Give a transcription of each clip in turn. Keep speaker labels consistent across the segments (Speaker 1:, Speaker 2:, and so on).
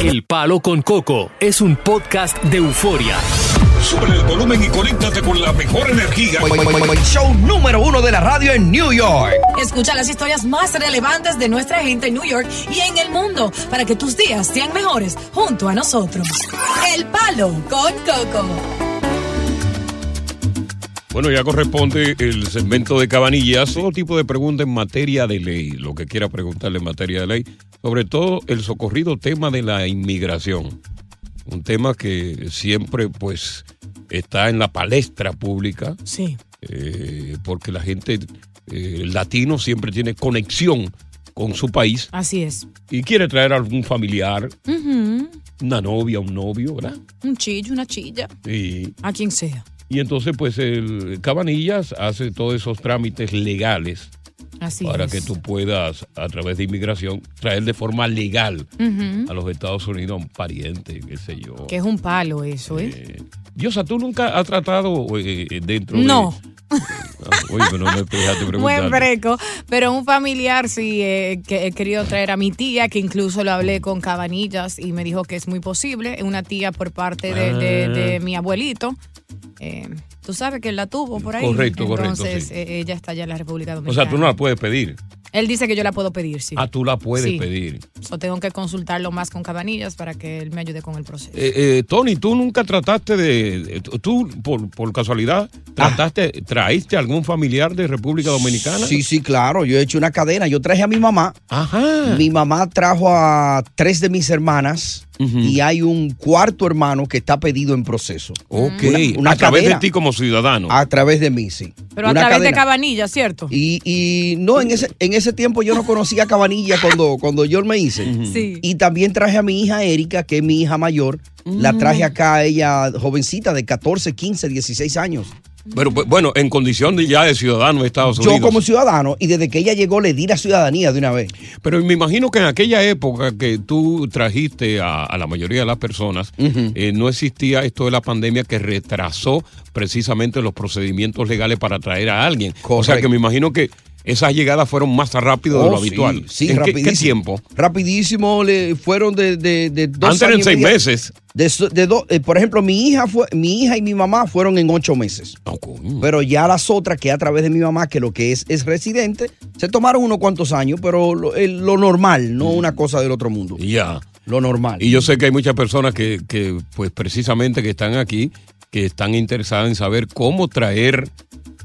Speaker 1: El Palo con Coco es un podcast de euforia.
Speaker 2: Sube el volumen y conéctate con la mejor energía.
Speaker 3: Boy, boy, boy, Show número uno de la radio en New York.
Speaker 4: Escucha las historias más relevantes de nuestra gente en New York y en el mundo para que tus días sean mejores junto a nosotros. El Palo con Coco.
Speaker 2: Bueno, ya corresponde el segmento de cabanillas. Todo tipo de preguntas en materia de ley, lo que quiera preguntarle en materia de ley. Sobre todo el socorrido tema de la inmigración. Un tema que siempre, pues, está en la palestra pública.
Speaker 4: Sí.
Speaker 2: eh, porque la gente, eh, el latino siempre tiene conexión con su país
Speaker 4: Así es.
Speaker 2: y quiere traer algún familiar,
Speaker 4: Ujú.
Speaker 2: una novia, un novio, ¿verdad?
Speaker 4: Un chillo, una chilla.
Speaker 2: Y,
Speaker 4: A quien sea.
Speaker 2: y entonces, pues, el Cabanillas hace todos esos trámites legales
Speaker 4: Así
Speaker 2: para
Speaker 4: es.
Speaker 2: que tú puedas, a través de inmigración, traer de forma legal
Speaker 4: Ujú.
Speaker 2: a los Estados Unidos a un pariente, qué sé yo.
Speaker 4: Que es un palo eso, ¿eh?
Speaker 2: Eh, Diosa, ¿tú nunca has tratado eh, eh, dentro de...?
Speaker 4: No.
Speaker 2: Ah, Oye, pero no me dejaste
Speaker 4: Buen
Speaker 2: preguntar.
Speaker 4: breco, pero un familiar sí eh, que he querido traer a mi tía, que incluso lo hablé con Cabanillas y me dijo que es muy posible, una tía por parte de, de- de mi abuelito. Eh, tú sabes que él la tuvo por ahí.
Speaker 2: Correcto, correcto,
Speaker 4: Entonces,
Speaker 2: sí.
Speaker 4: eh, ella está allá en la República
Speaker 2: O
Speaker 4: Dominicana.
Speaker 2: sea, tú no la puedes pedir.
Speaker 4: Él dice que yo la puedo pedir, sí.
Speaker 2: Ah, tú la puedes
Speaker 4: Sí.
Speaker 2: pedir.
Speaker 4: So, tengo que consultarlo más con Cabanillas para que él me ayude con el proceso.
Speaker 2: Eh, eh, Tony, tú nunca trataste de. de- eh, Tú, por, por casualidad,
Speaker 4: Ah.
Speaker 2: trataste, traíste algún familiar de República Dominicana.
Speaker 3: Sí, sí, claro. Yo he hecho una cadena. Yo traje a mi mamá.
Speaker 2: Ajá.
Speaker 3: Mi mamá trajo a tres de mis hermanas
Speaker 2: Ujú.
Speaker 3: y hay un cuarto hermano que está pedido en proceso.
Speaker 2: Ok.
Speaker 3: Una- una
Speaker 2: a través de
Speaker 3: cadena.
Speaker 2: ti como ciudadano.
Speaker 3: A través de mí, sí.
Speaker 4: pero a
Speaker 3: Una
Speaker 4: través de
Speaker 3: cadena.
Speaker 4: Cabanillas, ¿cierto?
Speaker 3: Y, y no, en ese, en ese tiempo yo no conocía a Cabanilla cuando, cuando yo me hice.
Speaker 4: Sí.
Speaker 3: Y también traje a mi hija Erika, que es mi hija mayor. La traje acá, ella jovencita de 14, 15, 16 años.
Speaker 2: Pero pues, bueno, en condición de ya de ciudadano de Estados
Speaker 3: Yo
Speaker 2: Unidos.
Speaker 3: como ciudadano, y desde que ella llegó le di la ciudadanía de una vez.
Speaker 2: Pero me imagino que en aquella época que tú trajiste a, a la mayoría de las personas, eh, no existía esto de la pandemia que retrasó precisamente los procedimientos legales para traer a alguien. O sea
Speaker 3: Correcto.
Speaker 2: que me imagino que esas llegadas fueron más rápido de
Speaker 3: Oh,
Speaker 2: lo
Speaker 3: sí,
Speaker 2: habitual.
Speaker 3: Sí,
Speaker 2: ¿En qué- qué,
Speaker 3: rapidísimo.
Speaker 2: tiempo?
Speaker 3: Rapidísimo, le fueron de, de, de dos
Speaker 2: Antes eran
Speaker 3: años y
Speaker 2: seis
Speaker 3: medio.
Speaker 2: meses.
Speaker 3: De so- de do- eh, por ejemplo, mi hija, fue, mi hija y mi mamá fueron en ocho meses.
Speaker 2: No, coño.
Speaker 3: Pero ya las otras, que a través de mi mamá, que lo que es es residente, se tomaron unos cuantos años, pero lo, eh, lo normal, no una cosa del otro mundo.
Speaker 2: Ya.
Speaker 3: Lo normal.
Speaker 2: Mm. Y yo sé que hay muchas personas que, que, pues precisamente que están aquí, que están interesadas en saber cómo traer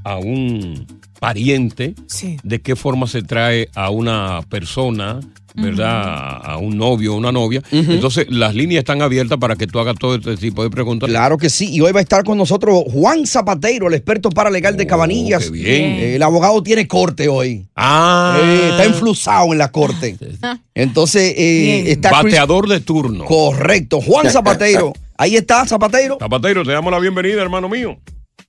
Speaker 2: a un pariente,
Speaker 4: Sí.
Speaker 2: de qué forma se trae a una persona, ¿verdad? A un novio o una novia. Entonces, las líneas están abiertas para que tú hagas todo este tipo de preguntas.
Speaker 3: Claro que sí. Y hoy va a estar con nosotros Juan Zapateiro, el experto paralegal de
Speaker 2: Oh,
Speaker 3: Cabanillas.
Speaker 2: qué bien.
Speaker 3: Eh, el abogado tiene corte hoy.
Speaker 2: Ah,
Speaker 3: Eh, está enflusado en la corte. Entonces, eh,
Speaker 4: Bien.
Speaker 3: está Chris-
Speaker 2: bateador de turno.
Speaker 3: Correcto, Juan Zapateiro. Ahí está Zapateiro.
Speaker 2: Zapatero, te damos la bienvenida, hermano mío.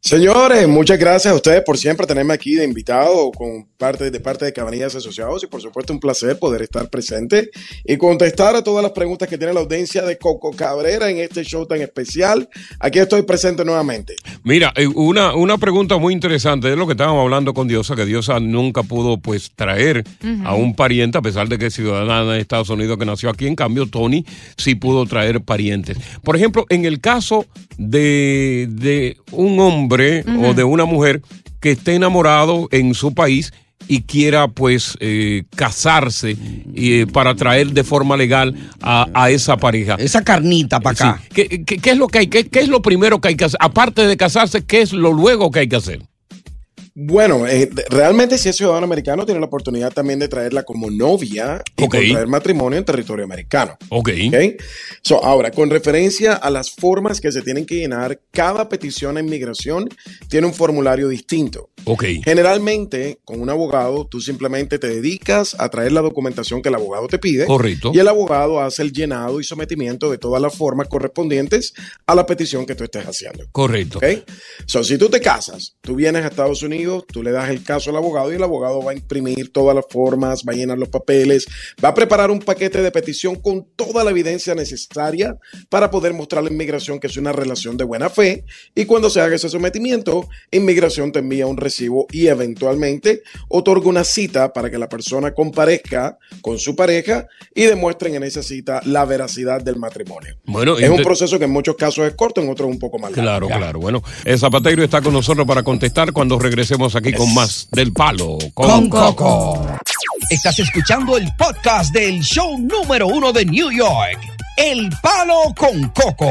Speaker 5: Señores, muchas gracias a ustedes por siempre tenerme aquí de invitado con parte, de parte de Cabanillas Asociados y por supuesto un placer poder estar presente y contestar a todas las preguntas que tiene la audiencia de Coco Cabrera en este show tan especial. Aquí estoy presente nuevamente.
Speaker 2: Mira, eh, una, una pregunta muy interesante de lo que estábamos hablando con Diosa, que Diosa nunca pudo pues traer a un pariente, a pesar de que es ciudadana de Estados Unidos que nació aquí. En cambio, Tony sí pudo traer parientes. Por ejemplo, en el caso de, de un hombre o de una mujer que esté enamorado en su país y quiera pues eh, casarse eh, para traer de forma legal a, a esa pareja.
Speaker 3: Esa carnita para acá.
Speaker 2: Sí. ¿Qué, qué, qué es lo que hay? ¿Qué, qué es lo primero que hay que hacer? Aparte de casarse, ¿qué es lo luego que hay que hacer?
Speaker 5: Bueno, eh, de- realmente si es ciudadano americano, tiene la oportunidad también de traerla como novia y
Speaker 2: Ok.
Speaker 5: contraer matrimonio en territorio americano.
Speaker 2: Ok.
Speaker 5: ¿ok? So, ahora, con referencia a las formas que se tienen que llenar, cada petición a inmigración tiene un formulario distinto.
Speaker 2: Ok.
Speaker 5: Generalmente, con un abogado, tú simplemente te dedicas a traer la documentación que el abogado te pide.
Speaker 2: Correcto.
Speaker 5: Y el abogado hace el llenado y sometimiento de todas las formas correspondientes a la petición que tú estés haciendo.
Speaker 2: Correcto.
Speaker 5: ¿Ok? So, si tú te casas, tú vienes a Estados Unidos, tú le das el caso al abogado y el abogado va a imprimir todas las formas, va a llenar los papeles, va a preparar un paquete de petición con toda la evidencia necesaria para poder mostrar la inmigración que es una relación de buena fe. Y cuando se haga ese sometimiento, inmigración te envía un recibo y eventualmente otorga una cita para que la persona comparezca con su pareja y demuestren en esa cita la veracidad del matrimonio.
Speaker 2: Bueno,
Speaker 5: es un
Speaker 2: ente-
Speaker 5: proceso que en muchos casos es corto, en otros un poco más
Speaker 2: Claro,
Speaker 5: largo.
Speaker 2: claro. Bueno, eh, Zapateiro está con nosotros para contestar cuando regresemos aquí con más del palo.
Speaker 3: Con Coco. Estás escuchando el podcast del show número uno de New York. El palo con Coco.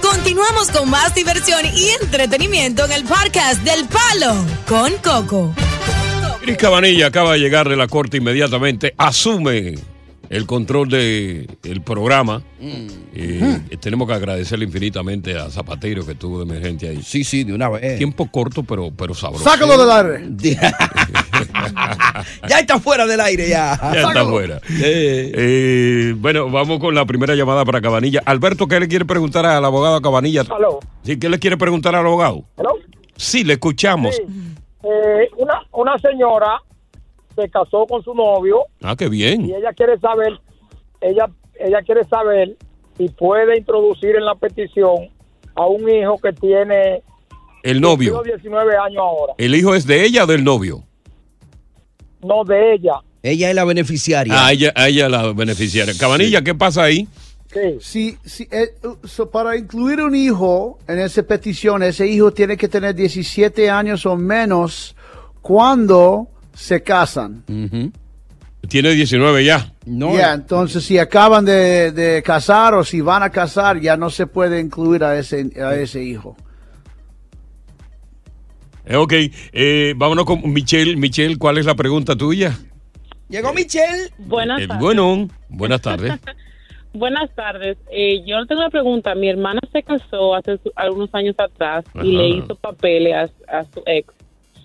Speaker 6: Continuamos con más diversión y entretenimiento en el podcast del Palo con Coco.
Speaker 2: Iris Cabanilla acaba de llegar de la corte inmediatamente, asume el control del programa.
Speaker 3: Mm.
Speaker 2: Eh, Tenemos que agradecerle infinitamente a Zapatero que estuvo de emergente ahí.
Speaker 3: Sí, sí, de una vez.
Speaker 2: Tiempo corto, pero, pero sabroso.
Speaker 5: Sácalo del aire.
Speaker 3: ya está fuera del aire ya.
Speaker 2: Ya está fuera. Eh, bueno, vamos con la primera llamada para Cabanilla. Alberto, ¿qué le quiere preguntar al abogado Cabanilla?
Speaker 7: Aló.
Speaker 2: Sí, ¿Qué le quiere preguntar al abogado?
Speaker 7: Hello.
Speaker 2: Sí, le escuchamos.
Speaker 7: Sí. Eh, una, una señora se casó con su novio
Speaker 2: Ah, qué
Speaker 7: y
Speaker 2: bien.
Speaker 7: ella quiere saber, ella, ella quiere saber si puede introducir en la petición a un hijo que tiene
Speaker 2: El novio.
Speaker 7: 19 años ahora,
Speaker 2: ¿El hijo es de ella o del novio?
Speaker 7: no de ella.
Speaker 3: Ella es la beneficiaria.
Speaker 2: A Ah, ella, a ella la beneficiaria. Cabanilla, ¿qué pasa ahí?
Speaker 7: Sí.
Speaker 8: Si, si, eh, so, para incluir un hijo en esa petición, ese hijo tiene que tener 17 años o menos cuando se casan.
Speaker 2: Tiene 19 ya.
Speaker 3: No, eh.
Speaker 8: Ya, entonces, si acaban de, de casar o si van a casar, ya no se puede incluir a ese, a ese hijo.
Speaker 2: Eh, ok, eh, vámonos con Michelle. Michelle, ¿cuál es la pregunta tuya?
Speaker 3: Llegó Michelle.
Speaker 2: Eh, bueno, buenas tardes.
Speaker 7: Buenas tardes. Eh, yo tengo una pregunta. Mi hermana se casó hace su- algunos años atrás
Speaker 2: Ajá.
Speaker 7: y le hizo papeles a, a su ex.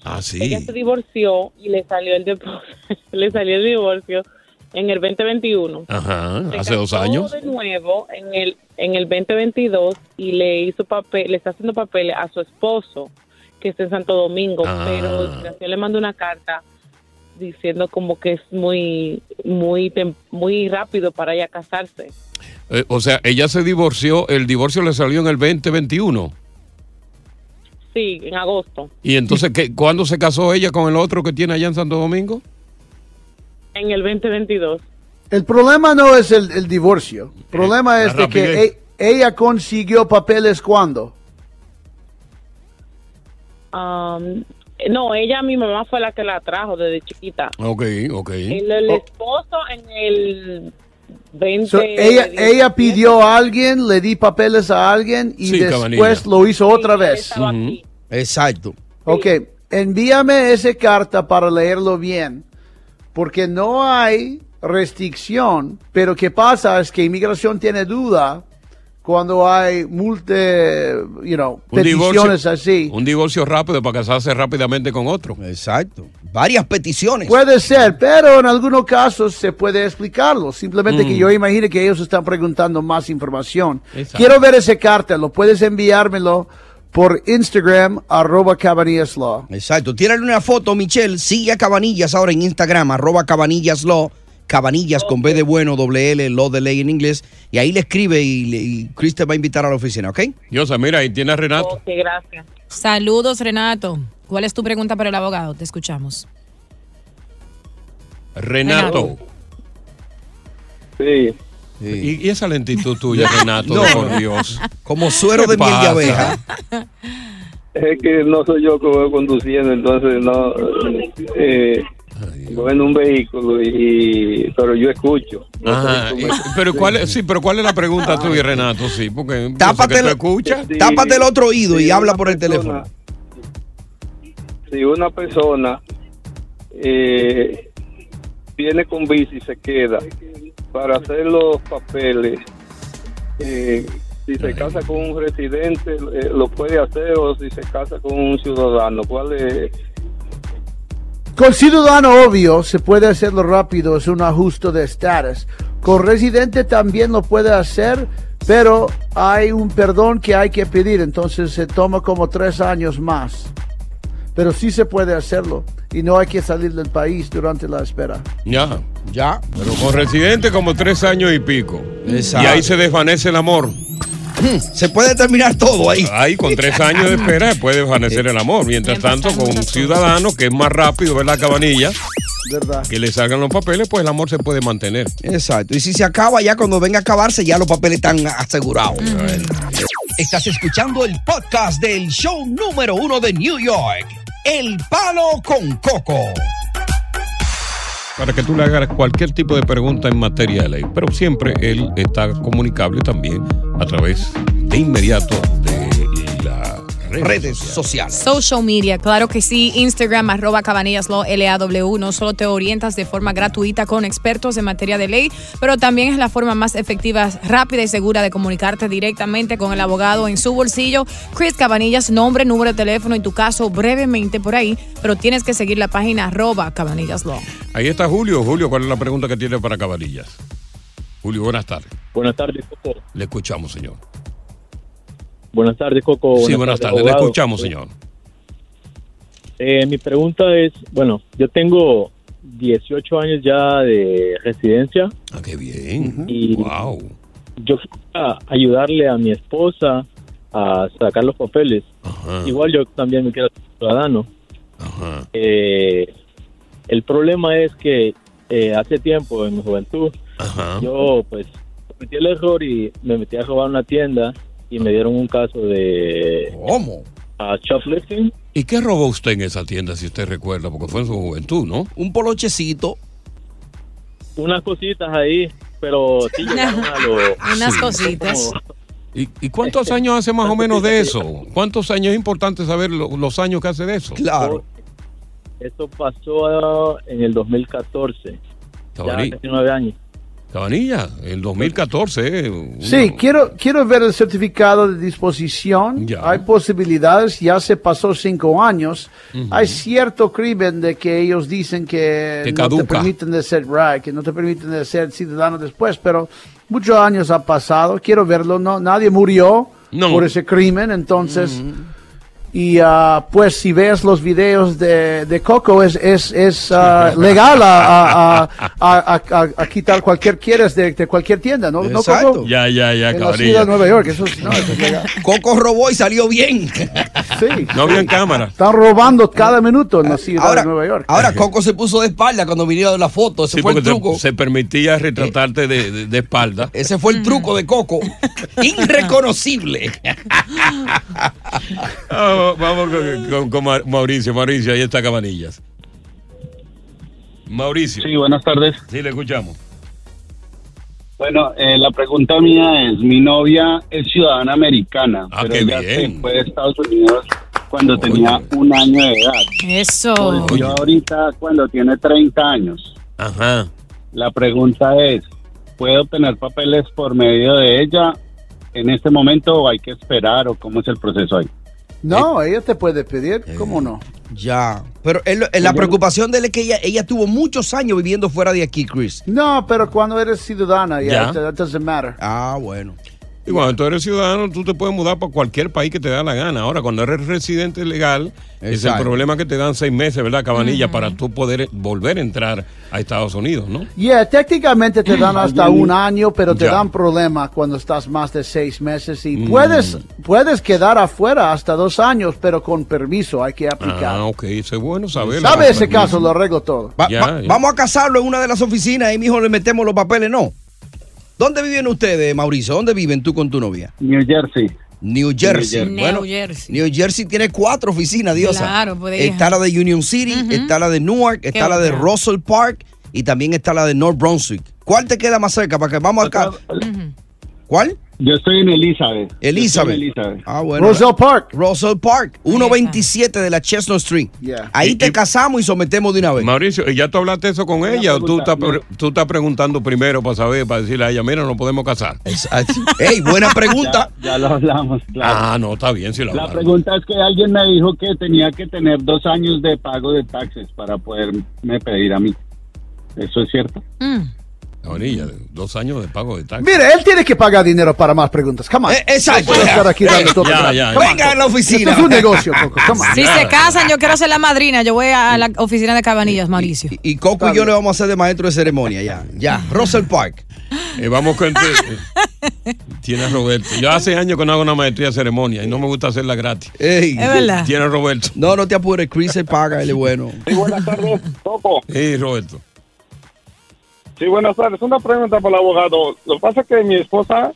Speaker 2: Ah, sí.
Speaker 7: Ella se divorció y le salió el depo- le salió el divorcio en el 2021.
Speaker 2: Ajá,
Speaker 7: Se
Speaker 2: hace dos
Speaker 7: casó
Speaker 2: años.
Speaker 7: De nuevo en el en el 2022 y le hizo papel, le está haciendo papeles a su esposo que está en Santo Domingo,
Speaker 2: Ah.
Speaker 7: pero inmigración le mandó una carta diciendo como que es muy muy tem- muy rápido para ella casarse.
Speaker 2: Eh, o sea, ella se divorció, el divorcio le salió en el 2021.
Speaker 7: Sí, en agosto,
Speaker 2: ¿Y entonces ¿qué, cuándo se casó ella con el otro que tiene allá en Santo Domingo?
Speaker 7: en el 2022.
Speaker 8: El problema no es el, el divorcio. El problema
Speaker 2: Eh, la
Speaker 8: es de que
Speaker 2: rapidez.
Speaker 8: e- ella consiguió papeles cuando.
Speaker 7: Am, Um, no, ella mi mamá fue la que la trajo desde chiquita.
Speaker 2: Ok, ok.
Speaker 7: El, el
Speaker 8: Oh.
Speaker 7: esposo en el 20.
Speaker 8: So, ella, ella pidió a alguien, le di papeles a alguien y
Speaker 2: Sí,
Speaker 8: después
Speaker 2: Cabanilla.
Speaker 8: lo hizo otra
Speaker 7: Sí, él
Speaker 8: vez.
Speaker 7: estaba aquí.
Speaker 3: Exacto.
Speaker 8: Ok, envíame esa carta para leerlo bien, porque no hay restricción, pero qué pasa es que inmigración tiene duda cuando hay multe, you know,
Speaker 2: Un divorcio,
Speaker 8: peticiones así.
Speaker 2: un divorcio rápido para casarse rápidamente con otro.
Speaker 3: Exacto. Varias peticiones.
Speaker 8: Puede ser, pero en algunos casos se puede explicarlo. Simplemente que
Speaker 3: Mm.
Speaker 8: yo imagino que ellos están preguntando más información.
Speaker 3: Exacto.
Speaker 8: Quiero ver ese cartel, lo puedes enviármelo por Instagram, arroba Cabanillas Law.
Speaker 3: Exacto. Tírale una foto, Michelle. Sigue a Cabanillas ahora en Instagram, arroba Cabanillas Law. Cabanillas con B de bueno, doble L, Law de ley en inglés. Y ahí le escribe y, le- y Chris te va a invitar a la oficina, ¿ok?
Speaker 2: Diosa, mira, ahí tiene a Renato.
Speaker 4: gracias. Saludos, Renato. ¿Cuál es tu pregunta para el abogado? Te escuchamos.
Speaker 2: Renato.
Speaker 7: Sí.
Speaker 2: ¿Y, y esa lentitud tuya, Renato,
Speaker 3: No.
Speaker 2: por Dios.
Speaker 3: Como suero
Speaker 2: ¿Qué
Speaker 3: de miel de
Speaker 2: pasa?
Speaker 3: abeja.
Speaker 7: Es que no soy yo que voy conduciendo, entonces no. Eh, voy en un vehículo y. Pero yo escucho. No
Speaker 2: Ajá,
Speaker 7: soy
Speaker 2: y-
Speaker 7: como-
Speaker 2: pero cuál es, sí, pero cuál es la pregunta tuya, Renato, sí, porque yo sé
Speaker 3: Tápate
Speaker 2: que tú
Speaker 3: el-
Speaker 2: escuchas.
Speaker 7: Sí,
Speaker 3: Tápate el otro oído
Speaker 7: sí,
Speaker 3: y habla
Speaker 7: una
Speaker 3: por el teléfono.
Speaker 7: si una persona eh, viene con bici y se queda para hacer los papeles, eh, si se casa con un residente, eh, lo puede hacer o si se casa con un ciudadano, ¿cuál es?
Speaker 8: Con ciudadano obvio se puede hacerlo rápido, es un ajuste de estatus. Con residente también lo puede hacer, pero hay un perdón que hay que pedir, entonces se toma como tres años más. Pero sí se puede hacerlo y no hay que salir del país durante la espera.
Speaker 2: Ya.
Speaker 3: Ya.
Speaker 2: Pero con residente como tres años y pico. Y ahí se desvanece el amor.
Speaker 3: Hmm, Se puede terminar todo ahí.
Speaker 8: Ah,
Speaker 2: Ahí con tres años de espera se puede desvanecer el amor. Mientras tanto, con un ciudadano que es más rápido, ver la cabanilla,
Speaker 8: ¿Verdad?
Speaker 2: que le salgan los papeles, pues el amor se puede mantener.
Speaker 3: Exacto. Y si se acaba ya, cuando venga a acabarse, ya los papeles están asegurados. Estás escuchando el podcast del show número uno de New York, El Palo con Coco.
Speaker 2: Para que tú le hagas cualquier tipo de pregunta en materia de ley. Pero siempre él está comunicable también a través de inmediato de las
Speaker 3: Redes sociales.
Speaker 4: Social media, claro que sí. Instagram, arroba cabanillaslo, LAW. No solo te orientas de forma gratuita con expertos en materia de ley, pero también es la forma más efectiva, rápida y segura de comunicarte directamente con el abogado en su bolsillo. Chris Cabanillas, nombre, número de teléfono y tu caso brevemente por ahí, pero tienes que seguir la página arroba cabanillaslo.
Speaker 2: Ahí está Julio. Julio, ¿cuál es la pregunta que tiene para Cabanillas? Julio, buenas tardes.
Speaker 9: Buenas tardes, Coco.
Speaker 2: Le escuchamos, señor.
Speaker 9: Buenas tardes, Coco.
Speaker 2: sí, buenas tardes. Le
Speaker 9: abogado.
Speaker 2: escuchamos, señor.
Speaker 9: Eh, mi pregunta es, bueno, yo tengo 18 años ya de residencia.
Speaker 2: Ah, qué bien.
Speaker 9: Y
Speaker 2: wow.
Speaker 9: Yo quisiera ayudarle a mi esposa a sacar los papeles. Igual yo también me quiero hacer ciudadano. Eh, el problema es que eh, hace tiempo, en mi juventud, yo pues cometí el error y me metí a robar una tienda y me dieron un caso de...
Speaker 3: ¿Cómo?
Speaker 9: shoplifting.
Speaker 2: ¿Y qué robó usted en esa tienda, si usted recuerda? Porque fue en su juventud, ¿no?
Speaker 3: Un polochecito.
Speaker 9: unas cositas ahí, pero sí llegaron a lo-
Speaker 4: Unas
Speaker 2: Sí.
Speaker 4: cositas.
Speaker 2: ¿Y, y cuántos años hace más o menos de eso? ¿Cuántos años es importante saber lo- los años que hace de eso?
Speaker 3: Claro.
Speaker 9: Eso pasó en el 2014. Ya
Speaker 2: Tabarí.
Speaker 9: hace 19 años.
Speaker 2: Cabanilla, Ah, el 2014. eh, un-
Speaker 8: Sí, quiero, quiero ver el certificado de disposición. Hay posibilidades, ya se pasó cinco años. Hay cierto crimen de que ellos dicen que
Speaker 2: Que
Speaker 8: no te
Speaker 2: caduca.
Speaker 8: permiten de ser right, que no te permiten de ser ciudadano después, pero muchos años han pasado. Quiero verlo, no, nadie murió
Speaker 2: No.
Speaker 8: por ese crimen, entonces. Y ah, pues si ves los videos de, de Coco, es, es, es ah, legal a, a- a- a- a- a quitar cualquier quieres de, de cualquier tienda, ¿no? ¿No, Coco?
Speaker 3: Exacto.
Speaker 2: Ya, ya, ya,
Speaker 8: en la ciudad de
Speaker 2: Cabanilla.
Speaker 8: Nueva York. Eso, es- no, eso es legal.
Speaker 3: Coco robó y salió bien.
Speaker 8: Sí.
Speaker 2: No habían cámaras.
Speaker 8: Están robando cada minuto en la ciudad
Speaker 3: Ahora-
Speaker 8: de Nueva York.
Speaker 3: Ahora Coco se puso de espalda cuando vinieron la foto. Ese
Speaker 2: Sí,
Speaker 3: fue el
Speaker 2: porque te-
Speaker 3: truco. Eh.
Speaker 2: se permitía retratarte de, de- de espalda.
Speaker 3: Ese fue el truco de Coco. Irreconocible.
Speaker 2: Ah, vamos con, con- con Ma- Mauricio. Mauricio, ahí está Cabanillas. Mauricio.
Speaker 10: Sí, buenas tardes.
Speaker 2: Sí, le escuchamos.
Speaker 10: Bueno, eh, la pregunta mía es, mi novia es ciudadana americana, pero
Speaker 2: Ah, qué
Speaker 10: ella
Speaker 2: bien.
Speaker 10: se fue de Estados Unidos cuando tenía un año de edad.
Speaker 4: Eso.
Speaker 10: Yo ahorita cuando tiene 30 años.
Speaker 2: Ajá.
Speaker 10: La pregunta es, ¿puedo tener papeles por medio de ella en este momento hay que esperar o cómo es el proceso ahí.
Speaker 8: No,
Speaker 3: eh,
Speaker 8: ella te puede pedir, ¿cómo no?
Speaker 3: Ya. Pero él- eh, la preocupación de él es que ella, ella tuvo muchos años viviendo fuera de aquí, Chris.
Speaker 8: No, pero cuando eres ciudadana, ya,
Speaker 2: Ya.
Speaker 8: that doesn't matter.
Speaker 3: Ah, bueno.
Speaker 2: Y cuando tú eres ciudadano, tú te puedes mudar para cualquier país que te da la gana. Ahora, cuando eres residente legal, es el
Speaker 8: Exacto.
Speaker 2: problema que te dan seis meses, ¿verdad, Cabanilla? Para tú poder volver a entrar a Estados Unidos, ¿no?
Speaker 8: Yeah, técnicamente te dan hasta un año, pero te
Speaker 2: Ya.
Speaker 8: dan problema cuando estás más de seis meses
Speaker 3: Mm.
Speaker 8: y puedes, puedes quedar afuera hasta dos años, pero con permiso hay que aplicar.
Speaker 2: Ah, ok, eso es bueno saberlo.
Speaker 8: ¿Sabe ese caso? Lo arreglo todo.
Speaker 3: Ah, Va-
Speaker 2: Ya,
Speaker 3: va-
Speaker 2: ya.
Speaker 3: Vamos a casarlo en una de las oficinas y, mijo, le metemos los papeles. No. ¿Dónde viven ustedes, Mauricio? ¿Dónde viven tú con tu novia?
Speaker 10: New Jersey.
Speaker 3: New Jersey.
Speaker 4: New
Speaker 3: Bueno,
Speaker 4: Jersey.
Speaker 3: New Jersey tiene cuatro oficinas, Diosa.
Speaker 4: Claro, pues,
Speaker 3: Está
Speaker 4: hija.
Speaker 3: la de Union City, está la de Newark, está la de
Speaker 4: otra?
Speaker 3: Russell Park y también está la de North Brunswick. ¿Cuál te queda más cerca? Para que vamos acá. ¿Cuál?
Speaker 10: Yo estoy en Elizabeth.
Speaker 3: Elizabeth.
Speaker 10: Yo estoy en Elizabeth.
Speaker 3: Ah, bueno.
Speaker 8: Russell Park.
Speaker 3: Russell Park, 127 de la Chestnut Street. Ahí te casamos y sometemos de una vez.
Speaker 2: Mauricio, ¿y ya tú hablaste eso con ella o tú estás, pre- tú estás preguntando primero para saber, para decirle a ella, mira, no podemos casar?
Speaker 3: ¡Ey, buena pregunta!
Speaker 10: Ya, ya lo hablamos, claro.
Speaker 2: Ah, no, está bien, si lo
Speaker 10: La
Speaker 2: hablaron.
Speaker 10: pregunta es que alguien me dijo que tenía que tener dos años de pago de taxes para poderme pedir a mí. ¿Eso es cierto?
Speaker 2: Cabanilla, dos años de pago de taxes.
Speaker 8: Mire, él tiene que pagar dinero para más preguntas. Come on.
Speaker 3: exacto.
Speaker 8: No puedo estar aquí dando todo
Speaker 2: Eh, Ya,
Speaker 8: gratis.
Speaker 2: ya,
Speaker 8: Come
Speaker 2: ya.
Speaker 8: on,
Speaker 2: Venga
Speaker 8: Coco.
Speaker 2: a la oficina.
Speaker 8: Esto es un negocio, Coco. Come on.
Speaker 4: Si se casan, yo quiero ser la madrina. Yo voy a la oficina de Cabanillas, Mauricio.
Speaker 3: Y Coco y yo le vamos a hacer de maestro de ceremonia ya. Ya, Russell Park.
Speaker 2: Eh, vamos con. eh, Tiene a Roberto. Yo hace años que no hago una maestría de ceremonia y no me gusta hacerla gratis.
Speaker 3: Ey. Es verdad.
Speaker 2: Tiene a Roberto.
Speaker 3: No, no te apures, Chris se paga, él es bueno.
Speaker 11: buenas tardes, Coco.
Speaker 2: Sí, Roberto.
Speaker 11: Sí, buenas tardes. Una pregunta para el abogado. Lo que pasa es que mi esposa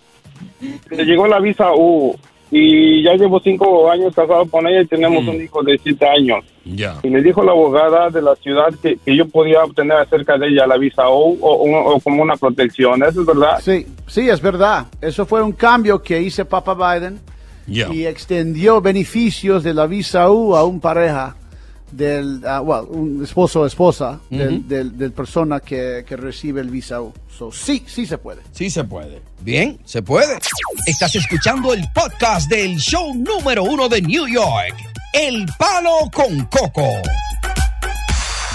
Speaker 11: le llegó la visa U y ya llevo cinco años casado con ella y tenemos un hijo de siete años.
Speaker 2: Ya.
Speaker 11: Y le dijo la abogada de la ciudad que, que yo podía obtener acerca de ella la visa U o, o- o como una protección. ¿Eso es verdad?
Speaker 8: Sí, sí, es verdad. Eso fue un cambio que hizo Papa Biden
Speaker 2: Ya.
Speaker 8: y extendió beneficios de la visa U a un pareja del, ah, well, un esposo o esposa del,
Speaker 3: Ujú.
Speaker 8: del- del persona que, que recibe el visa U. So, sí, sí se puede.
Speaker 3: Sí se puede. Bien, se puede. Estás escuchando el podcast del show número uno de New York, El Palo con Coco.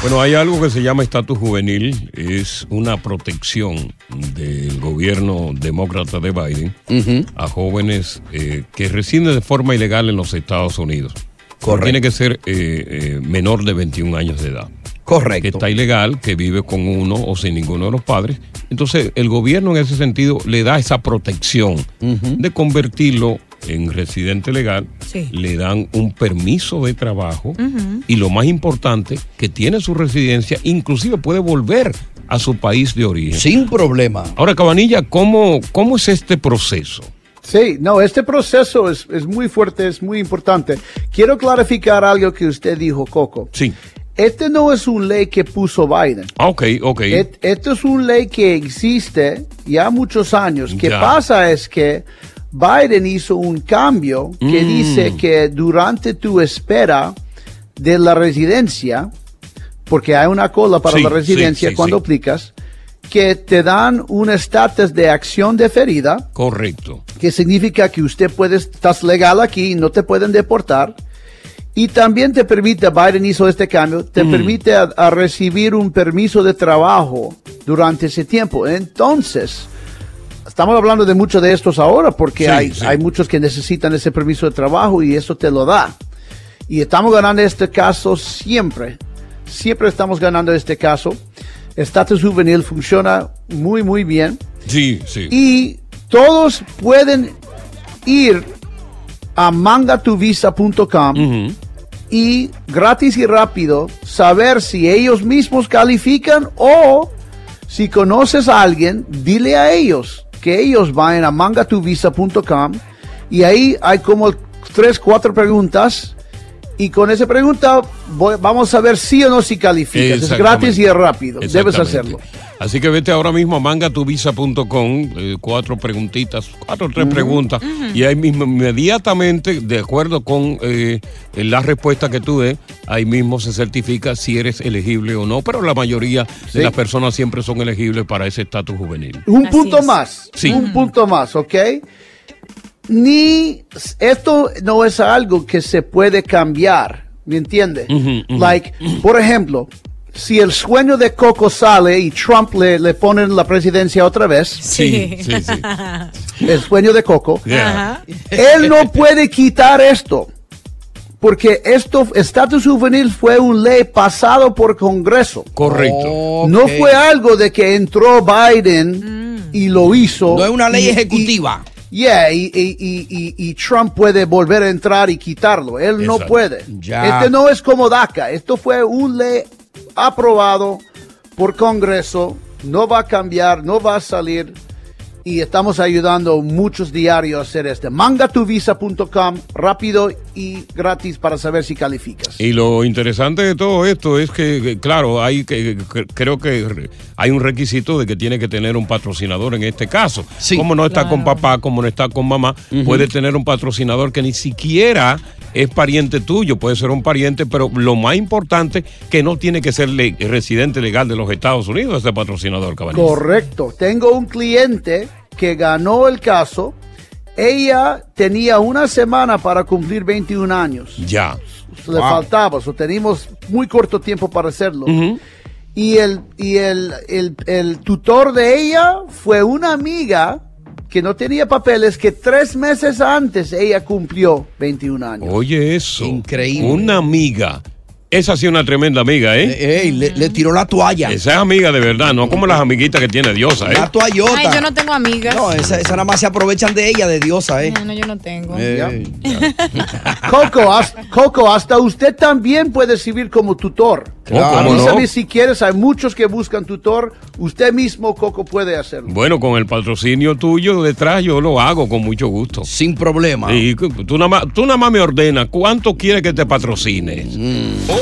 Speaker 2: Bueno, hay algo que se llama estatus juvenil. Es una protección del gobierno demócrata de Biden a jóvenes eh, que residen de forma ilegal en los Estados Unidos.
Speaker 3: Correcto.
Speaker 2: Tiene que ser eh, eh, menor de 21 años de edad.
Speaker 3: Correcto.
Speaker 2: Que está ilegal, que vive con uno o sin ninguno de los padres. Entonces, el gobierno en ese sentido le da esa protección de convertirlo en residente legal.
Speaker 4: Sí.
Speaker 2: Le dan un permiso de trabajo y lo más importante, que tiene su residencia, inclusive puede volver a su país de origen.
Speaker 3: Sin problema.
Speaker 2: Ahora, Cabanilla, ¿cómo, cómo es este proceso?
Speaker 8: Sí, no, este proceso es, es muy fuerte, es muy importante. Quiero clarificar algo que usted dijo, Coco.
Speaker 2: Sí.
Speaker 8: Este no es una ley que puso Biden.
Speaker 2: Ah, ok, ok.
Speaker 8: Et- esto es una ley que existe ya muchos años. Que
Speaker 2: Ya.
Speaker 8: pasa es que Biden hizo un cambio que
Speaker 2: Mm.
Speaker 8: dice que durante tu espera de la residencia, porque hay una cola para
Speaker 12: Sí,
Speaker 8: la
Speaker 12: sí,
Speaker 8: residencia
Speaker 12: sí,
Speaker 8: cuando
Speaker 12: sí.
Speaker 8: aplicas, que te dan un estatus de acción deferida,
Speaker 2: Correcto.
Speaker 8: que significa que usted puede, estás legal aquí y no te pueden deportar. Y también te permite, Biden hizo este cambio,
Speaker 12: Mm.
Speaker 8: te permite a, a recibir un permiso de trabajo durante ese tiempo. Entonces, estamos hablando de muchos de estos ahora porque
Speaker 12: Sí,
Speaker 8: hay,
Speaker 12: sí.
Speaker 8: hay muchos que necesitan ese permiso de trabajo y eso te lo da. Y estamos ganando este caso siempre. Siempre estamos ganando este caso. Estatus juvenil funciona muy, muy bien.
Speaker 2: Sí, sí.
Speaker 8: Y todos pueden ir a mangatuvisa.com y gratis y rápido saber si ellos mismos califican o si conoces a alguien, dile a ellos que ellos vayan a mangatuvisa.com y ahí hay como tres, cuatro preguntas y con esa pregunta voy- vamos a ver sí o no si calificas. Es
Speaker 2: Exactamente.
Speaker 8: gratis y es rápido. Debes
Speaker 2: Exactamente.
Speaker 8: hacerlo.
Speaker 2: Así que vete ahora mismo a mangatuvisa.com, eh, cuatro preguntitas, cuatro o tres preguntas, y ahí mismo inmediatamente, de acuerdo con eh, la respuesta que tú des, ahí mismo se certifica si eres elegible o no, pero la mayoría
Speaker 8: Sí.
Speaker 2: de las personas siempre son elegibles para ese estatus juvenil.
Speaker 8: Un punto más.
Speaker 2: Sí.
Speaker 8: Un punto más, ¿ok? ni esto no es algo que se puede cambiar, ¿me entiende? Like, por ejemplo, si el sueño de Coco sale y Trump le, le pone en la presidencia otra vez,
Speaker 2: Sí, sí, sí.
Speaker 8: el sueño de Coco,
Speaker 2: Yeah.
Speaker 8: él no puede quitar esto. Porque esto, estatus juvenil fue un ley pasado por Congreso.
Speaker 2: Correcto.
Speaker 8: No fue algo de que entró Biden y lo hizo.
Speaker 3: No es una ley
Speaker 8: Y- y-
Speaker 3: ejecutiva.
Speaker 8: Yeah, y, y- y- y- y Trump puede volver a entrar y quitarlo. Él no
Speaker 3: Exacto.
Speaker 8: puede.
Speaker 3: Ya.
Speaker 8: Este no es como DACA. Esto fue un ley aprobado por Congreso. No va a cambiar, no va a salir. Y estamos ayudando muchos diarios a hacer este. Mangatuvisa.com, rápido y gratis para saber si calificas.
Speaker 2: Y lo interesante de todo esto es que, que, claro, hay que que- creo que re- hay un requisito de que tiene que tener un patrocinador en este caso. Como no está con papá, como no está con mamá, puede tener un patrocinador que ni siquiera es pariente tuyo, puede ser un pariente, pero lo más importante que no tiene que ser le- residente legal de los Estados Unidos ese patrocinador, caballero.
Speaker 8: Correcto. Tengo un cliente que ganó el caso. Ella tenía una semana para cumplir 21 años.
Speaker 2: Ya.
Speaker 8: le
Speaker 2: Wow.
Speaker 8: faltaba, so, teníamos muy corto tiempo para hacerlo.
Speaker 2: Ujú.
Speaker 8: Y, el, y el, el- el tutor de ella fue una amiga que no tenía papeles, que tres meses antes ella cumplió 21 años.
Speaker 2: Oye, eso. Increíble. Una amiga. Esa sí una tremenda amiga, ¿eh?
Speaker 3: le, tiró la toalla.
Speaker 2: Esa es amiga de verdad, no como las amiguitas que tiene Diosa, ¿eh?
Speaker 3: La toallota.
Speaker 4: Ay, yo no tengo amigas.
Speaker 3: No, esa, esa nada más se aprovechan de ella, de diosa, ¿eh?
Speaker 4: No, yo no tengo.
Speaker 3: Eh,
Speaker 8: Coco, has- Coco, hasta usted también puede servir como tutor.
Speaker 2: Claro. ¿cómo no?
Speaker 8: Avísame si quieres, hay muchos que buscan tutor. Usted mismo, Coco, puede hacerlo.
Speaker 2: Bueno, con el patrocinio tuyo detrás yo lo hago con mucho gusto.
Speaker 3: Sin problema.
Speaker 2: Y cu- tú nada más, tú nada más me ordenas cuánto quieres que te patrocine.
Speaker 3: Mm.